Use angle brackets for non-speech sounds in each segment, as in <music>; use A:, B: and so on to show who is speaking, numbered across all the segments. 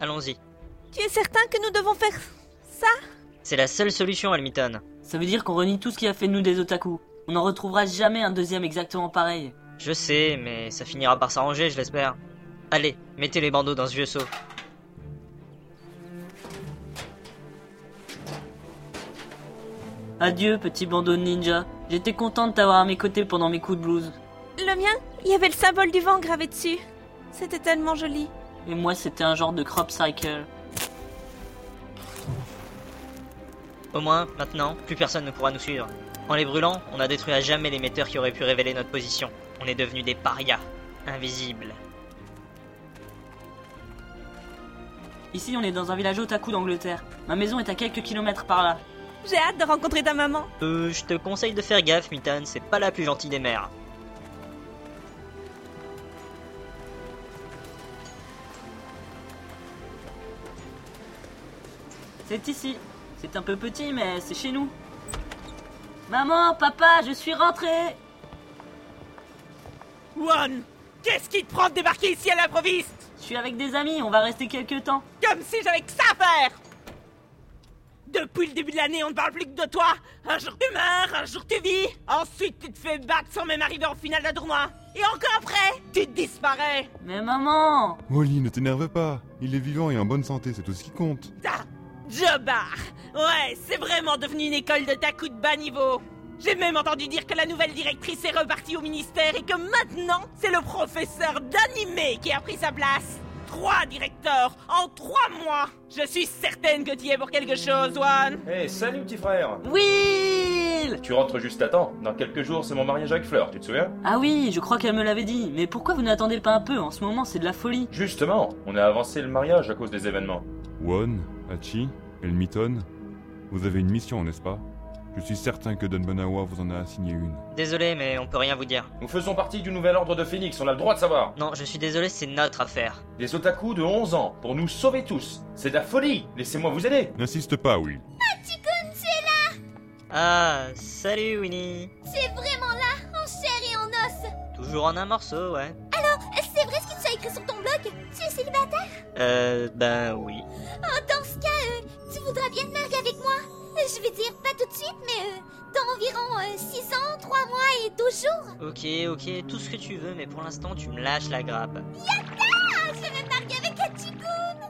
A: allons-y.
B: Tu es certain que nous devons faire ça
A: C'est la seule solution, Almiton.
C: Ça veut dire qu'on renie tout ce qui a fait de nous des otaku. On n'en retrouvera jamais un deuxième exactement pareil.
A: Je sais, mais ça finira par s'arranger, je l'espère. Allez, mettez les bandeaux dans ce vieux seau.
C: Adieu, petit bandeau de ninja. J'étais content de t'avoir à mes côtés pendant mes coups de blues.
B: Le mien, il y avait le symbole du vent gravé dessus. C'était tellement joli.
C: Et moi, c'était un genre de crop cycle.
A: Au moins, maintenant, plus personne ne pourra nous suivre. En les brûlant, on a détruit à jamais l'émetteur qui aurait pu révéler notre position. On est devenus des parias, invisibles.
C: Ici, on est dans un village otaku d'Angleterre. Ma maison est à quelques kilomètres par là.
B: J'ai hâte de rencontrer ta maman.
A: Euh, je te conseille de faire gaffe, Mitan, c'est pas la plus gentille des mères.
C: C'est ici. C'est un peu petit, mais c'est chez nous. Maman, papa, je suis rentré
D: One Qu'est-ce qui te prend de débarquer ici à l'improviste
C: Je suis avec des amis, on va rester quelques temps.
D: Comme si j'avais que ça à faire Depuis le début de l'année, on ne parle plus que de toi Un jour tu meurs, un jour tu vis Ensuite tu te fais battre sans même arriver en finale d'un tournoi Et encore après, tu disparais
C: Mais maman
E: Wally, ne t'énerve pas. Il est vivant et en bonne santé, c'est tout ce qui compte.
D: Ah, Jobar Ouais, c'est vraiment devenu une école de taku de bas niveau j'ai même entendu dire que la nouvelle directrice est repartie au ministère et que maintenant, c'est le professeur d'animé qui a pris sa place. Trois directeurs en trois mois Je suis certaine que tu y es pour quelque chose, Juan
F: Eh, salut petit frère
C: Will
F: Tu rentres juste à temps. Dans quelques jours, c'est mon mariage avec Fleur, tu te souviens
C: Ah oui, je crois qu'elle me l'avait dit. Mais pourquoi vous n'attendez pas un peu En ce moment, c'est de la folie.
F: Justement, on a avancé le mariage à cause des événements.
E: Won, Hachi, Elmiton, vous avez une mission, n'est-ce pas Je suis certain que Donbanawa vous en a assigné une.
A: Désolé, mais on peut rien vous dire.
F: Nous faisons partie du nouvel ordre de Phoenix, on a le droit de savoir.
A: Non, je suis désolé, c'est notre affaire.
F: Des otaku de 11 ans, pour nous sauver tous. C'est de la folie Laissez-moi vous aider
E: N'insiste pas, Will.
A: Ah, salut Winnie
G: C'est vraiment là, en chair et en os
A: Toujours en un morceau, ouais.
G: C'est vrai ce que tu as écrit sur ton blog Tu es célibataire
A: Euh, ben oui.
G: Oh, Dans ce cas, euh, tu voudras bien te marier avec moi Euh, Je vais dire pas tout de suite, mais euh, dans environ 6 ans, 3 mois et 12 jours
A: Ok, ok, tout ce que tu veux, mais pour l'instant, tu me lâches la grappe.
G: Ah, je vais me marier avec Hachiko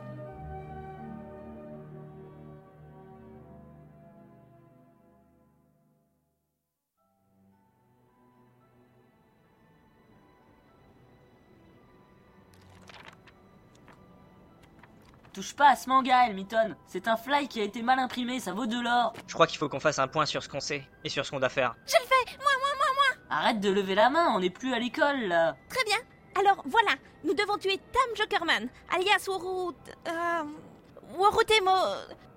C: Touche pas à ce manga, Elmiton. C'est un fly qui a été mal imprimé, ça vaut de l'or.
A: Je crois qu'il faut qu'on fasse un point sur ce qu'on sait et sur ce qu'on doit faire.
C: Arrête de lever la main, on n'est plus à l'école là.
B: Très bien. Alors voilà, nous devons tuer Tam Jokerman, alias Woru... Euh, Worutemo...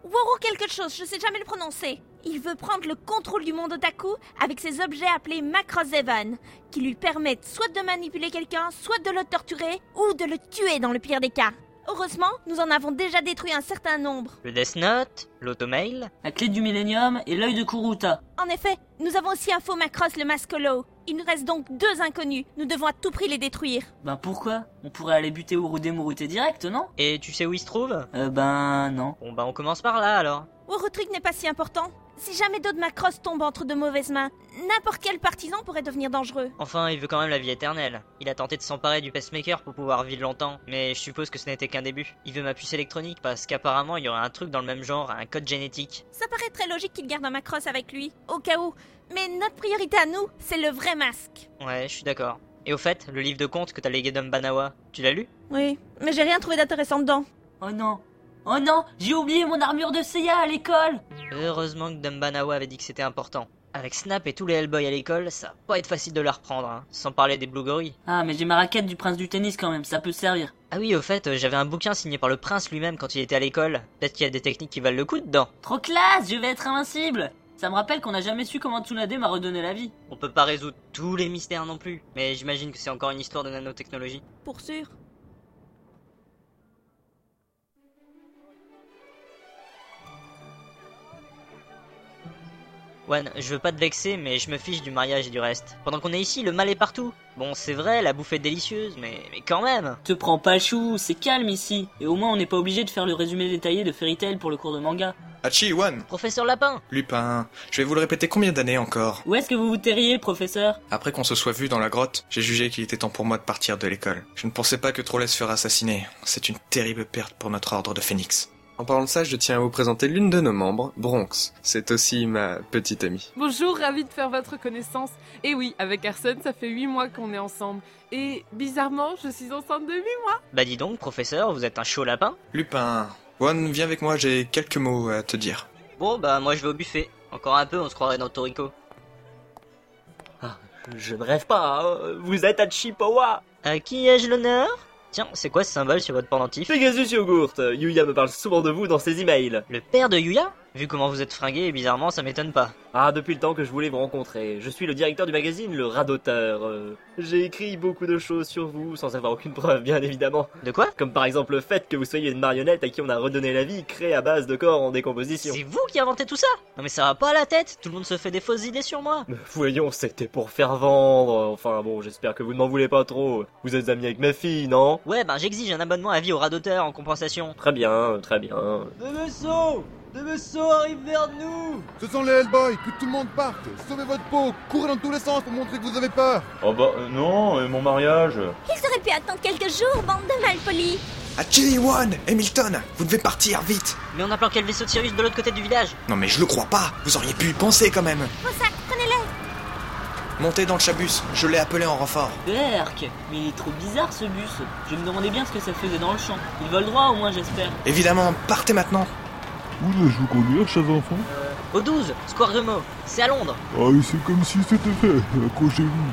B: Woru quelque chose, je sais jamais le prononcer. Il veut prendre le contrôle du monde otaku avec ses objets appelés Macrozevan, qui lui permettent soit de manipuler quelqu'un, soit de le torturer, ou de le tuer dans le pire des cas. Heureusement, nous en avons déjà détruit un certain nombre.
A: Le Death Note, l'Automail,
C: La clé du millénium et l'œil de Kuruta.
B: En effet, nous avons aussi un faux Macross le Mascolo. Il nous reste donc deux inconnus. Nous devons à tout prix les détruire.
C: Ben pourquoi On pourrait aller buter Urudé Murute direct, non
A: et tu sais où il se trouve
C: Euh ben non.
A: Bon bah on commence par là alors.
B: Orotruc n'est pas si important. Si jamais d'autres Macross tombent entre de mauvaises mains, n'importe quel partisan pourrait devenir dangereux.
A: Enfin, il veut quand même la vie éternelle. Il a tenté de s'emparer du pacemaker pour pouvoir vivre longtemps, mais je suppose que ce n'était qu'un début. Il veut ma puce électronique parce qu'apparemment il y aurait un truc dans le même genre, un code génétique.
B: Ça paraît très logique qu'il garde un Macross avec lui, au cas où. Mais notre priorité à nous, c'est le vrai masque.
A: Ouais, je suis d'accord. Et au fait, le livre de contes que t'as légué d'Homme Banawa, tu l'as lu
B: Oui, mais j'ai rien trouvé d'intéressant dedans.
C: Oh non Oh non J'ai oublié mon armure de Seiya à l'école
A: Heureusement que Dumbanawa avait dit que c'était important. Avec Snap et tous les Hellboy à l'école, ça va pas être facile de la reprendre, hein. sans parler des Blue Gory.
C: Ah mais j'ai ma raquette du prince du tennis quand même, ça peut servir.
A: Ah oui, au fait, euh, j'avais un bouquin signé par le prince lui-même quand il était à l'école. Peut-être qu'il y a des techniques qui valent le coup dedans.
C: Trop classe Je vais être invincible Ça me rappelle qu'on n'a jamais su comment Tsunade m'a redonné la vie.
A: On peut pas résoudre tous les mystères non plus, mais j'imagine que c'est encore une histoire de nanotechnologie.
B: Pour sûr.
A: Wan, je veux pas te vexer, mais je me fiche du mariage et du reste. Pendant qu'on est ici, le mal est partout. Bon, c'est vrai, la bouffe est délicieuse, mais, mais quand même
C: Te prends pas le chou, c'est calme ici. Et au moins, on n'est pas obligé de faire le résumé détaillé de Fairy Tail pour le cours de manga.
H: Hachi, One,
A: Professeur Lapin
H: Lupin, je vais vous le répéter combien d'années encore
C: Où est-ce que vous vous terriez, professeur
H: Après qu'on se soit vu dans la grotte, j'ai jugé qu'il était temps pour moi de partir de l'école. Je ne pensais pas que Trolley se ferait assassiner. C'est une terrible perte pour notre ordre de phénix. En parlant de ça, je tiens à vous présenter l'une de nos membres, Bronx. C'est aussi ma petite amie.
I: Bonjour, ravi de faire votre connaissance. Et oui, avec Arsène, ça fait 8 mois qu'on est ensemble. Et bizarrement, je suis enceinte de 8 mois.
A: Bah dis donc, professeur, vous êtes un chaud lapin
H: Lupin, One, viens avec moi, j'ai quelques mots à te dire.
A: Bon, bah moi je vais au buffet. Encore un peu, on se croirait dans Toriko.
C: Je ne rêve pas,
J: hein.
C: vous êtes à Chipawa
A: À qui ai-je l'honneur Tiens, c'est quoi ce symbole sur votre pendentif
J: Pegasus Yogurt, Yuya me parle souvent de vous dans ses emails.
A: Le père de Yuya Vu comment vous êtes fringué, bizarrement, ça m'étonne pas.
J: Ah, depuis le temps que je voulais vous rencontrer. Je suis le directeur du magazine Le Radoteur. Euh, J'ai écrit beaucoup de choses sur vous, sans avoir aucune preuve, bien évidemment.
A: De quoi
J: Comme par exemple le fait que vous soyez une marionnette à qui on a redonné la vie, créée à base de corps en décomposition.
A: C'est vous qui inventez tout ça Non mais ça va pas à la tête, tout le monde se fait des fausses idées sur moi.
J: Mais Euh, Voyons, c'était pour faire vendre. Enfin bon, j'espère que vous ne m'en voulez pas trop. Vous êtes amis avec ma fille, non
A: Ouais, ben j'exige un abonnement à vie au rat d'auteur en compensation.
J: Très bien, très bien.
E: Ce sont les Hellboys, que tout le monde parte Sauvez votre peau, courez dans tous les sens pour montrer que vous avez peur
F: Oh bah euh, non, euh, mon mariage.
G: Ils auraient pu attendre quelques jours, bande de malpolis.
H: Hachi, One, Hamilton, vous devez partir, vite
A: Mais on a planqué le vaisseau de Sirius de l'autre côté du village.
H: Non mais je le crois pas, vous auriez pu y penser quand même
G: Vos sacs, prenez-les.
H: Montez dans le chabus, je l'ai appelé en renfort.
C: Berk Mais il est trop bizarre ce bus. Je me demandais bien ce que ça faisait dans le champ. Il vole droit au moins, j'espère.
H: Évidemment, partez maintenant
E: Vous ne jouez conduire, chers enfants
A: Au 12, Square de Meaux, c'est à Londres.
E: Ah, et c'est comme si c'était fait, accrochez-vous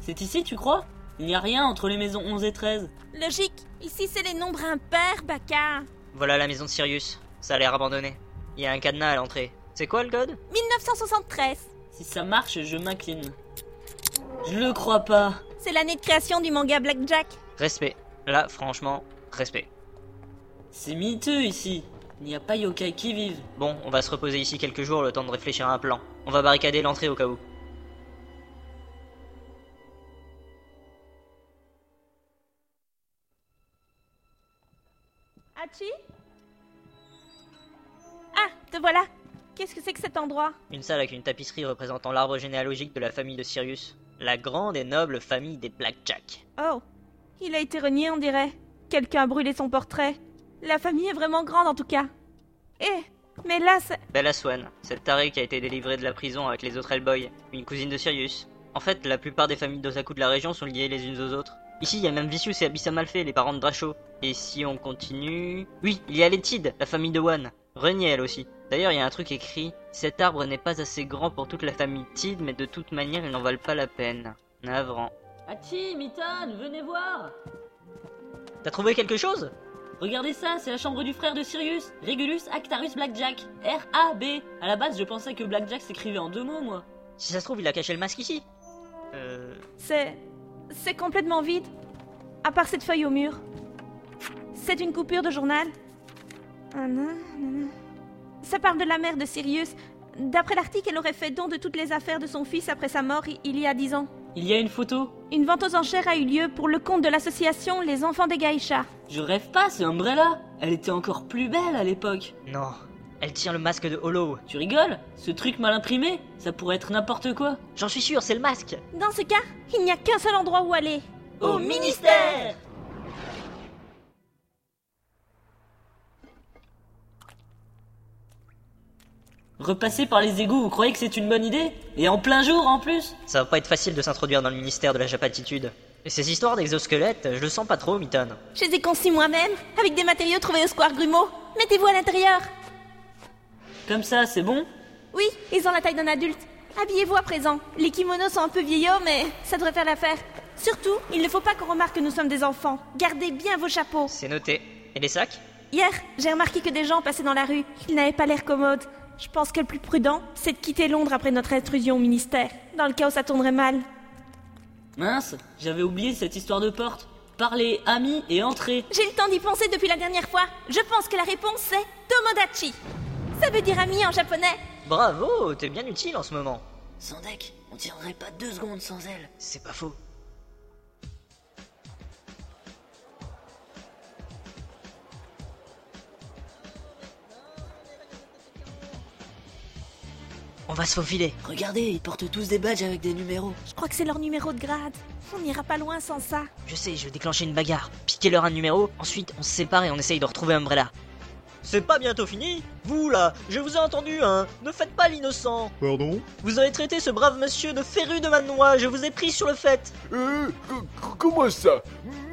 C: C'est ici, tu crois Il n'y a rien entre les maisons 11 et 13.
B: Logique, ici c'est les nombres impairs, Baka.
A: Voilà la maison de Sirius, ça a l'air abandonné. Il y a un cadenas à l'entrée. C'est quoi le code
B: 1973,
C: Si ça marche, je m'incline. Je le crois pas.
B: c'est l'année de création du manga Blackjack.
A: Respect. Là, franchement, respect.
C: C'est miteux ici. Il n'y a pas yokai qui vivent.
A: Bon, on va se reposer ici quelques jours le temps de réfléchir à un plan. On va barricader l'entrée au cas où.
B: Hachi Ah, te voilà. Qu'est-ce que c'est que cet endroit
A: Une salle avec une tapisserie représentant l'arbre généalogique de la famille de Sirius. La grande et noble famille des Blackjack.
B: Oh, il a été renié, on dirait. Quelqu'un a brûlé son portrait. La famille est vraiment grande en tout cas. Eh, mais là, c'est...
A: Bella Swan, cette tarée qui a été délivrée de la prison avec les autres Hellboy, une cousine de Sirius. En fait, la plupart des familles d'Osaku de la région sont liées les unes aux autres. Ici, il y a même Vicious et Abyss Amalfé, les parents de Dracho. Et si on continue... Oui, il y a les Tides, la famille de Wan. Renier, elle aussi. D'ailleurs, il y a un truc écrit. Cet arbre n'est pas assez grand pour toute la famille Tide, mais de toute manière, ils n'en valent pas la peine. Navrant.
C: Hachi, Mitan, venez voir
A: T'as trouvé quelque chose
C: Regardez ça, c'est la chambre du frère de Sirius, Regulus Actarus Blackjack, R-A-B. À la base, je pensais que Blackjack s'écrivait en deux mots, moi.
A: Si ça se trouve, il a caché le masque ici. Euh...
B: C'est... C'est complètement vide. À part cette feuille au mur. C'est une coupure de journal. Ah, non, non, non. Ça parle de la mère de Sirius. D'après l'article, elle aurait fait don de toutes les affaires de son fils après sa mort i- il y a dix ans.
C: Il y a une photo
B: Une vente aux enchères a eu lieu pour le compte de l'association Les Enfants des Gaïchas.
C: Je rêve pas, c'est Umbrella Elle était encore plus belle à l'époque
A: Non. Elle tient le masque de Hollow.
C: Tu rigoles Ce truc mal imprimé Ça pourrait être n'importe quoi
A: J'en suis sûr, c'est le masque
B: Dans ce cas, il n'y a qu'un seul endroit où aller.
C: Au ministère Repasser par les égouts, vous croyez que c'est une bonne idée Et en plein jour en plus
A: Ça va pas être facile de s'introduire dans le ministère de la Japatitude. Et ces histoires d'exosquelettes, je le sens pas trop, Miton.
B: Je les ai concis moi-même, avec des matériaux trouvés au Square Grumeau. Mettez-vous à l'intérieur.
C: Comme ça, c'est bon
B: Oui, ils ont la taille d'un adulte. Habillez-vous à présent. Les kimonos sont un peu vieillots, mais ça devrait faire l'affaire. Surtout, il ne faut pas qu'on remarque que nous sommes des enfants. Gardez bien vos chapeaux.
A: C'est noté. Et les sacs
B: Hier, j'ai remarqué que des gens passaient dans la rue. Ils n'avaient pas l'air commodes. Je pense que le plus prudent, c'est de quitter Londres après notre intrusion au ministère. Dans le cas où ça tournerait mal.
C: Mince, j'avais oublié cette histoire de porte. Parler, amis et entrer.
B: J'ai eu le temps d'y penser depuis la dernière fois. Je pense que la réponse c'est Tomodachi. Ça veut dire ami en japonais.
A: Bravo, t'es bien utile en ce moment.
C: Sans deck, on tirerait pas deux secondes sans elle.
A: C'est pas faux. On va se faufiler.
C: Regardez, ils portent tous des badges avec des numéros.
B: Je crois que c'est leur numéro de grade. On n'ira pas loin sans ça.
A: Je sais, je vais déclencher une bagarre. Piquez-leur un numéro, ensuite on se sépare et on essaye de retrouver Umbrella. C'est pas bientôt fini Vous là, je vous ai entendu, hein Ne faites pas l'innocent
K: Pardon
A: Vous avez traité ce brave monsieur de féru de manois, je vous ai pris sur le fait
K: Euh, co- co- comment ça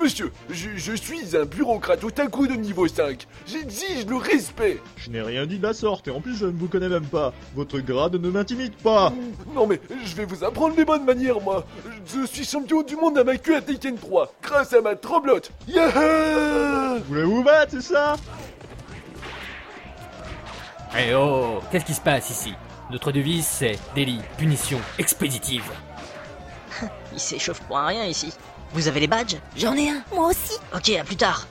K: Monsieur, je, je suis un bureaucrate otaku de niveau 5. J'exige le respect
L: Je n'ai rien dit de la sorte et en plus je ne vous connais même pas. Votre grade ne m'intimide pas.
K: Non mais, je vais vous apprendre les bonnes manières, moi. Je suis champion du monde à ma queue à Tekken 3, grâce à ma tremblote. Yeah
L: Vous voulez vous battre, c'est ça
M: Eh oh Qu'est-ce qui se passe ici Notre devise c'est délit, punition, expéditive.
A: Il s'échauffe pour un rien ici. Vous avez les badges
C: J'en ai un.
A: Moi aussi Ok, à plus tard.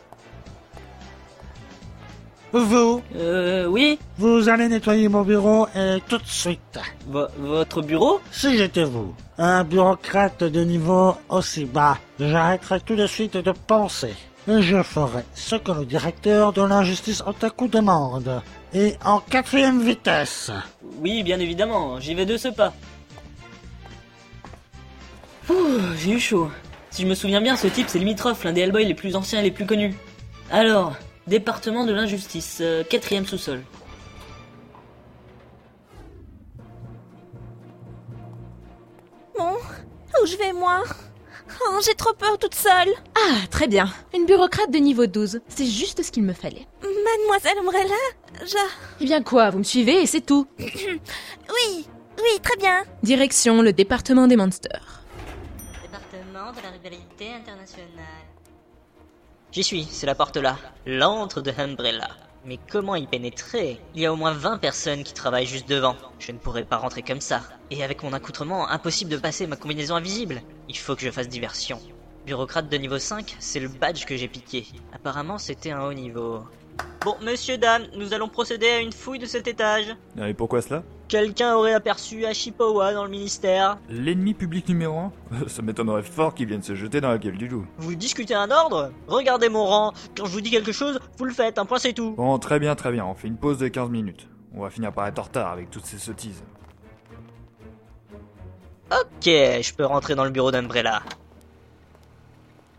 N: Vous
C: Euh, oui
N: Vous allez nettoyer mon bureau et tout de suite.
C: votre bureau
N: Si j'étais vous, un bureaucrate de niveau aussi bas, j'arrêterais tout de suite de penser. Et je ferai ce que le directeur de la justice otaku demande. Et en quatrième vitesse.
O: Ah,
C: Oui, bien évidemment, j'y vais de ce pas. Ouh, j'ai eu chaud. Si je me souviens bien, ce type c'est limitrophe, l'un des Hellboy les plus anciens et les plus connus. Alors, département de l'injustice, euh, quatrième sous-sol.
B: Bon, où je vais moi Oh, J'ai trop peur toute seule.
P: Ah, très bien. Une bureaucrate de niveau 12, c'est juste ce qu'il me fallait.
B: Mademoiselle Umbrella, je...
P: Eh bien quoi, vous me suivez et c'est tout.
B: oui, oui, très bien.
P: Direction le département des monsters.
A: Département de la rivalité internationale. J'y suis, c'est la porte là. L'antre de Umbrella. Mais comment y pénétrer Il y a au moins 20 personnes qui travaillent juste devant. Je ne pourrais pas rentrer comme ça. Et avec mon accoutrement, impossible de passer ma combinaison invisible. Il faut que je fasse diversion. Bureaucrate de niveau 5, c'est le badge que j'ai piqué. Apparemment, c'était un haut niveau. Bon, monsieur, dame, nous allons procéder à une fouille de cet étage.
O: Et pourquoi cela
A: Quelqu'un aurait aperçu Ashipawa dans le ministère.
O: L'ennemi public numéro 1 <laughs> Ça m'étonnerait fort qu'il vienne se jeter dans la gueule du loup.
A: Vous discutez un ordre Regardez mon rang. Quand je vous dis quelque chose, vous le faites, un point c'est tout.
O: Bon, très bien, très bien, on fait une pause de 15 minutes. On va finir par être en retard avec toutes ces sottises.
A: Ok, je peux rentrer dans le bureau d'Umbrella.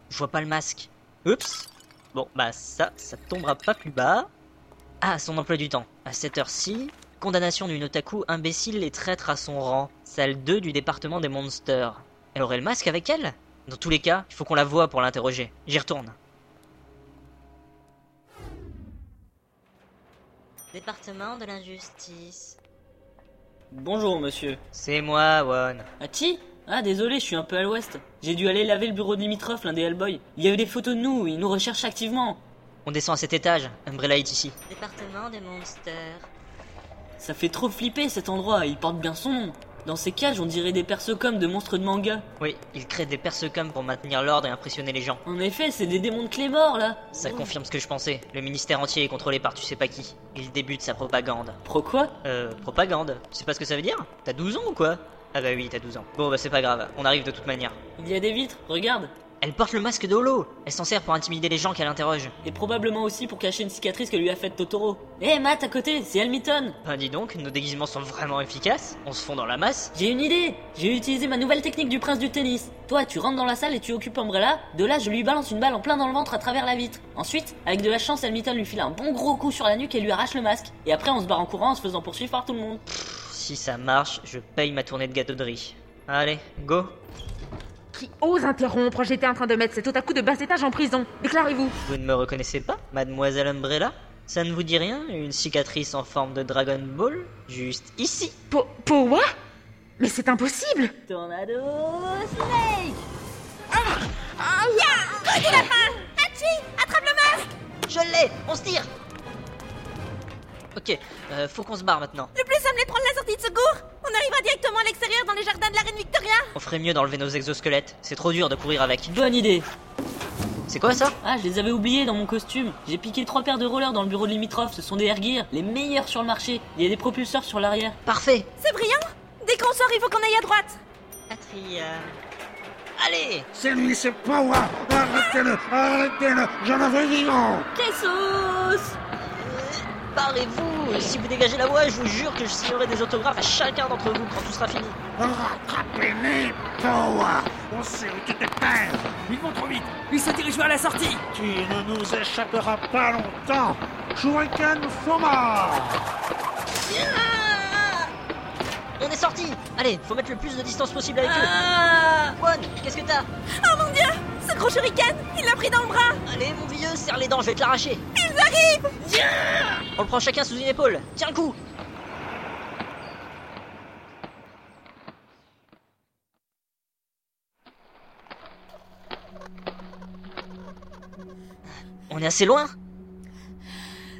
A: Je vois pas le masque. Oups. Bon, bah ça, ça tombera pas plus bas. Ah, son emploi du temps. À cette heure-ci, condamnation d'une otaku imbécile et traître à son rang. Salle 2 du département des monsters. Elle aurait le masque avec elle Dans tous les cas, il faut qu'on la voie pour l'interroger. J'y retourne.
Q: Département de l'injustice.
C: Bonjour, monsieur.
A: C'est moi, Won.
C: Ah, ti Ah, désolé, je suis un peu à l'ouest. J'ai dû aller laver le bureau de limitrophe, l'un des Hellboy. Il y a eu des photos de nous, ils nous recherchent activement.
A: On descend à cet étage. Umbrella est ici.
Q: Département des monsters.
C: Ça fait trop flipper cet endroit, il porte bien son nom. Dans ces cages, on dirait des persocoms de monstres de manga.
A: Oui, il crée des persecums pour maintenir l'ordre et impressionner les gens.
C: En effet, c'est des démons de Clémore là.
A: Ça confirme ce que je pensais. Le ministère entier est contrôlé par tu sais pas qui. Il débute sa propagande.
C: Pro quoi
A: Euh, propagande. Tu sais pas ce que ça veut dire T'as 12 ans ou quoi Ah bah oui, t'as 12 ans. Bon bah c'est pas grave, on arrive de toute manière.
C: Il y a des vitres, regarde.
A: Elle porte le masque de Holo Elle s'en sert pour intimider les gens qu'elle interroge.
C: Et probablement aussi pour cacher une cicatrice que lui a faite Totoro. Hé Matt à côté, c'est Helmiton
A: Ben dis donc, nos déguisements sont vraiment efficaces, on se fond dans la masse.
C: J'ai une idée J'ai utilisé ma nouvelle technique du prince du tennis. Toi, tu rentres dans la salle et tu occupes Umbrella. De là, je lui balance une balle en plein dans le ventre à travers la vitre. Ensuite, avec de la chance, Helmiton lui file un bon gros coup sur la nuque et lui arrache le masque. Et après, on se barre en courant en se faisant poursuivre par tout le monde.
A: Si ça marche, je paye ma tournée de gâteau de riz. Allez, go
R: Qui ose interrompre J'étais en train de mettre cet otaku de bas étage en prison. Déclarez-vous.
A: Vous ne me reconnaissez pas, mademoiselle Umbrella Ça ne vous dit rien Une cicatrice en forme de Dragon Ball Juste ici
R: Po Powa Mais c'est impossible
C: Tornado Snake
B: Oh, ya Coup du lapin Hachi Attrape le masque
A: Je l'ai On se tire Ok, euh, faut qu'on se barre maintenant.
B: Le plus simple est de prendre la sortie de secours On arrivera directement à l'extérieur dans les jardins de la reine Victoria
A: On ferait mieux d'enlever nos exosquelettes, c'est trop dur de courir avec.
C: Bonne idée
A: C'est quoi ça
C: Ah, je les avais oubliés dans mon costume. J'ai piqué trois paires de rollers dans le bureau de Limitroff. Ce sont des air Gear, les meilleurs sur le marché. Il y a des propulseurs sur l'arrière.
A: Parfait
B: C'est brillant Dès qu'on sort, il faut qu'on aille à droite
A: Patria. Allez
N: C'est lui, c'est pas moi Arrêtez-le Arrêtez-le J'en avais vivant
A: Tessos Barrez-vous Si vous dégagez la voie, je vous jure que je signerai des autographes à chacun d'entre vous quand tout sera fini.
N: Rattrapez-les, Power On sait où tu te perds Ils vont trop vite
S: Ils se dirigent vers la sortie
N: Tu ne nous échapperas pas longtemps Shuriken Foma
A: Ah On est sorti Allez, faut mettre le plus de distance possible avec
B: Ah
A: eux. One, qu'est-ce que t'as
B: Oh mon dieu Ce gros shuriken, il l'a pris dans le bras
A: Allez, mon vieux, serre les dents, je vais te l'arracher.
B: Ils arrivent
A: On le prend chacun sous une épaule. Tiens le coup On est assez loin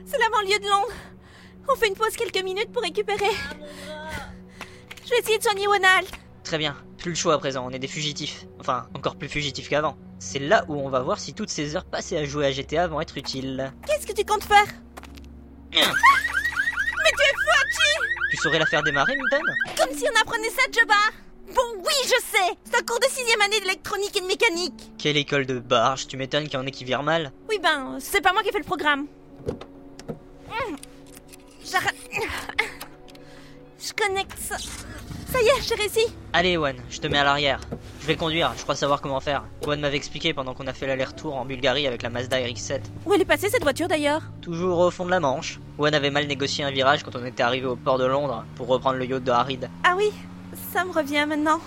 B: C'est la banlieue de Londres On fait une pause quelques minutes pour récupérer. Je vais essayer de soigner Ronald
A: Très bien, plus le choix à présent, on est des fugitifs. Enfin, encore plus fugitifs qu'avant. C'est là où on va voir si toutes ces heures passées à jouer à GTA vont être utiles.
B: Qu'est-ce que tu comptes faire Mais tu es fou,
A: Tu saurais la faire démarrer, Milton
B: Archie Comme si on apprenait ça, Joba Bon, oui, je sais C'est un cours de sixième année d'électronique et de mécanique
A: Quelle école de barge, tu m'étonnes qu'il y en ait qui virent mal.
B: Oui, ben, c'est pas moi qui ai fait le programme. Hum, J'arrête... Je connecte ça... Ça y est, j'ai réussi
A: Allez, One, je te mets à l'arrière. Je vais conduire, je crois savoir comment faire. One m'avait expliqué pendant qu'on a fait l'aller-retour en Bulgarie avec la Mazda RX-7.
B: Où elle est passée, cette voiture, d'ailleurs
A: Toujours au fond de la Manche. One avait mal négocié un virage quand on était arrivé au port de Londres pour reprendre le yacht de Harid.
B: Ah oui, ça me revient maintenant.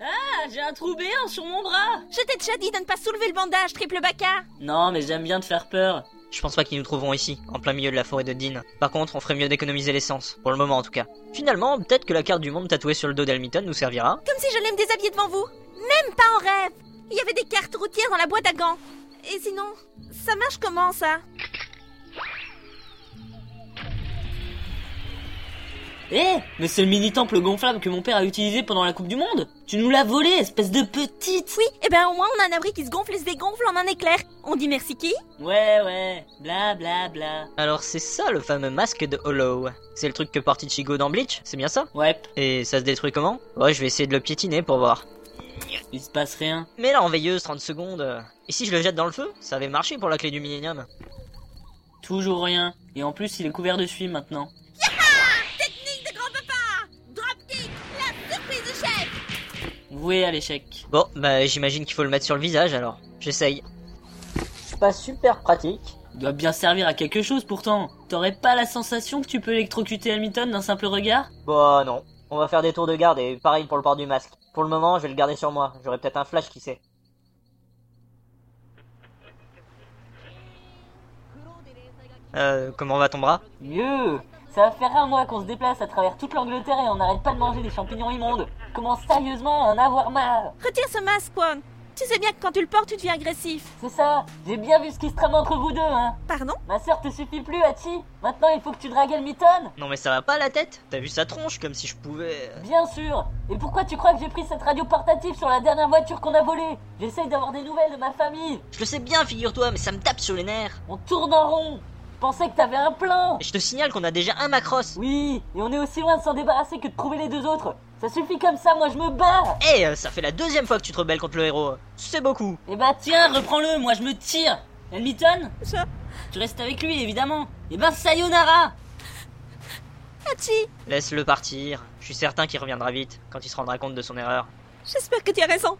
C: Ah, j'ai un trou béant sur mon bras
B: Je t'ai déjà dit de ne pas soulever le bandage, triple bacca
C: Non, mais j'aime bien te faire peur.
A: Je pense pas qu'ils nous trouveront ici, en plein milieu de la forêt de Dean. Par contre, on ferait mieux d'économiser l'essence, pour le moment en tout cas. Finalement, peut-être que la carte du monde tatouée sur le dos d'Elmiton nous servira.
B: Comme si j'allais me déshabiller devant vous Même pas en rêve Il y avait des cartes routières dans la boîte à gants. Et sinon, ça marche comment, ça
C: Eh, mais c'est le mini-temple gonflable que mon père a utilisé pendant la Coupe du Monde Tu nous l'as volé, espèce de petite
B: Oui, et ben au moins on a un abri qui se gonfle et se dégonfle en un éclair. On dit merci qui
C: Ouais, ouais, bla bla bla.
A: Alors c'est ça le fameux masque de Hollow. C'est le truc que porte Ichigo dans Bleach, c'est bien ça
C: Ouais,
A: Et ça se détruit comment Ouais, je vais essayer de le piétiner pour voir.
C: il se passe rien.
A: Mais là, en veilleuse, 30 secondes. euh, Et si je le jette dans le feu Ça avait marché pour la clé du millénium.
C: Toujours rien. Et en plus, il est couvert de suie maintenant.
B: Technique de grand-papa Dropkick, la surprise du chef
C: Voué à l'échec.
A: Bon, bah j'imagine qu'il faut le mettre sur le visage alors. J'essaye.
C: C'est pas super pratique. Il doit bien servir à quelque chose pourtant. T'aurais pas la sensation que tu peux électrocuter Hamilton d'un simple regard
A: Bah non. On va faire des tours de garde et pareil pour le port du masque. Pour le moment, je vais le garder sur moi. J'aurai peut-être un flash qui sait. Euh, comment va ton bras
C: Mieux Ça va faire un mois qu'on se déplace à travers toute l'Angleterre et on n'arrête pas de manger des champignons immondes. Commence sérieusement à en avoir marre.
B: Retire ce masque, Won Tu sais bien que quand tu le portes, tu deviens agressif.
C: C'est ça, j'ai bien vu ce qui se trame entre vous deux, hein.
B: Pardon
C: Ma sœur te suffit plus, Hachi. Maintenant, il faut que tu dragues Hamilton.
A: Non mais ça va pas la tête T'as vu sa tronche comme si je pouvais... euh.
C: Bien sûr Et pourquoi tu crois que j'ai pris cette radio portative sur la dernière voiture qu'on a volée J'essaye d'avoir des nouvelles de ma famille
A: Je le sais bien, figure-toi, mais ça me tape sur les nerfs.
C: On tourne en rond Je pensais que t'avais un plan
A: Et je te signale qu'on a déjà un Macross.
C: Oui Et on est aussi loin de s'en débarrasser que de trouver les deux autres Ça suffit comme ça, moi je me barre
A: Eh, euh, ça fait la deuxième fois que tu te rebelles contre le héros. C'est beaucoup.
C: Eh bah tiens, reprends-le, moi je me tire Hamilton
B: Ça
C: Tu restes avec lui, évidemment Eh ben sayonara
B: Hachi
A: Laisse-le partir. Je suis certain qu'il reviendra vite, quand il se rendra compte de son erreur.
B: J'espère que tu as raison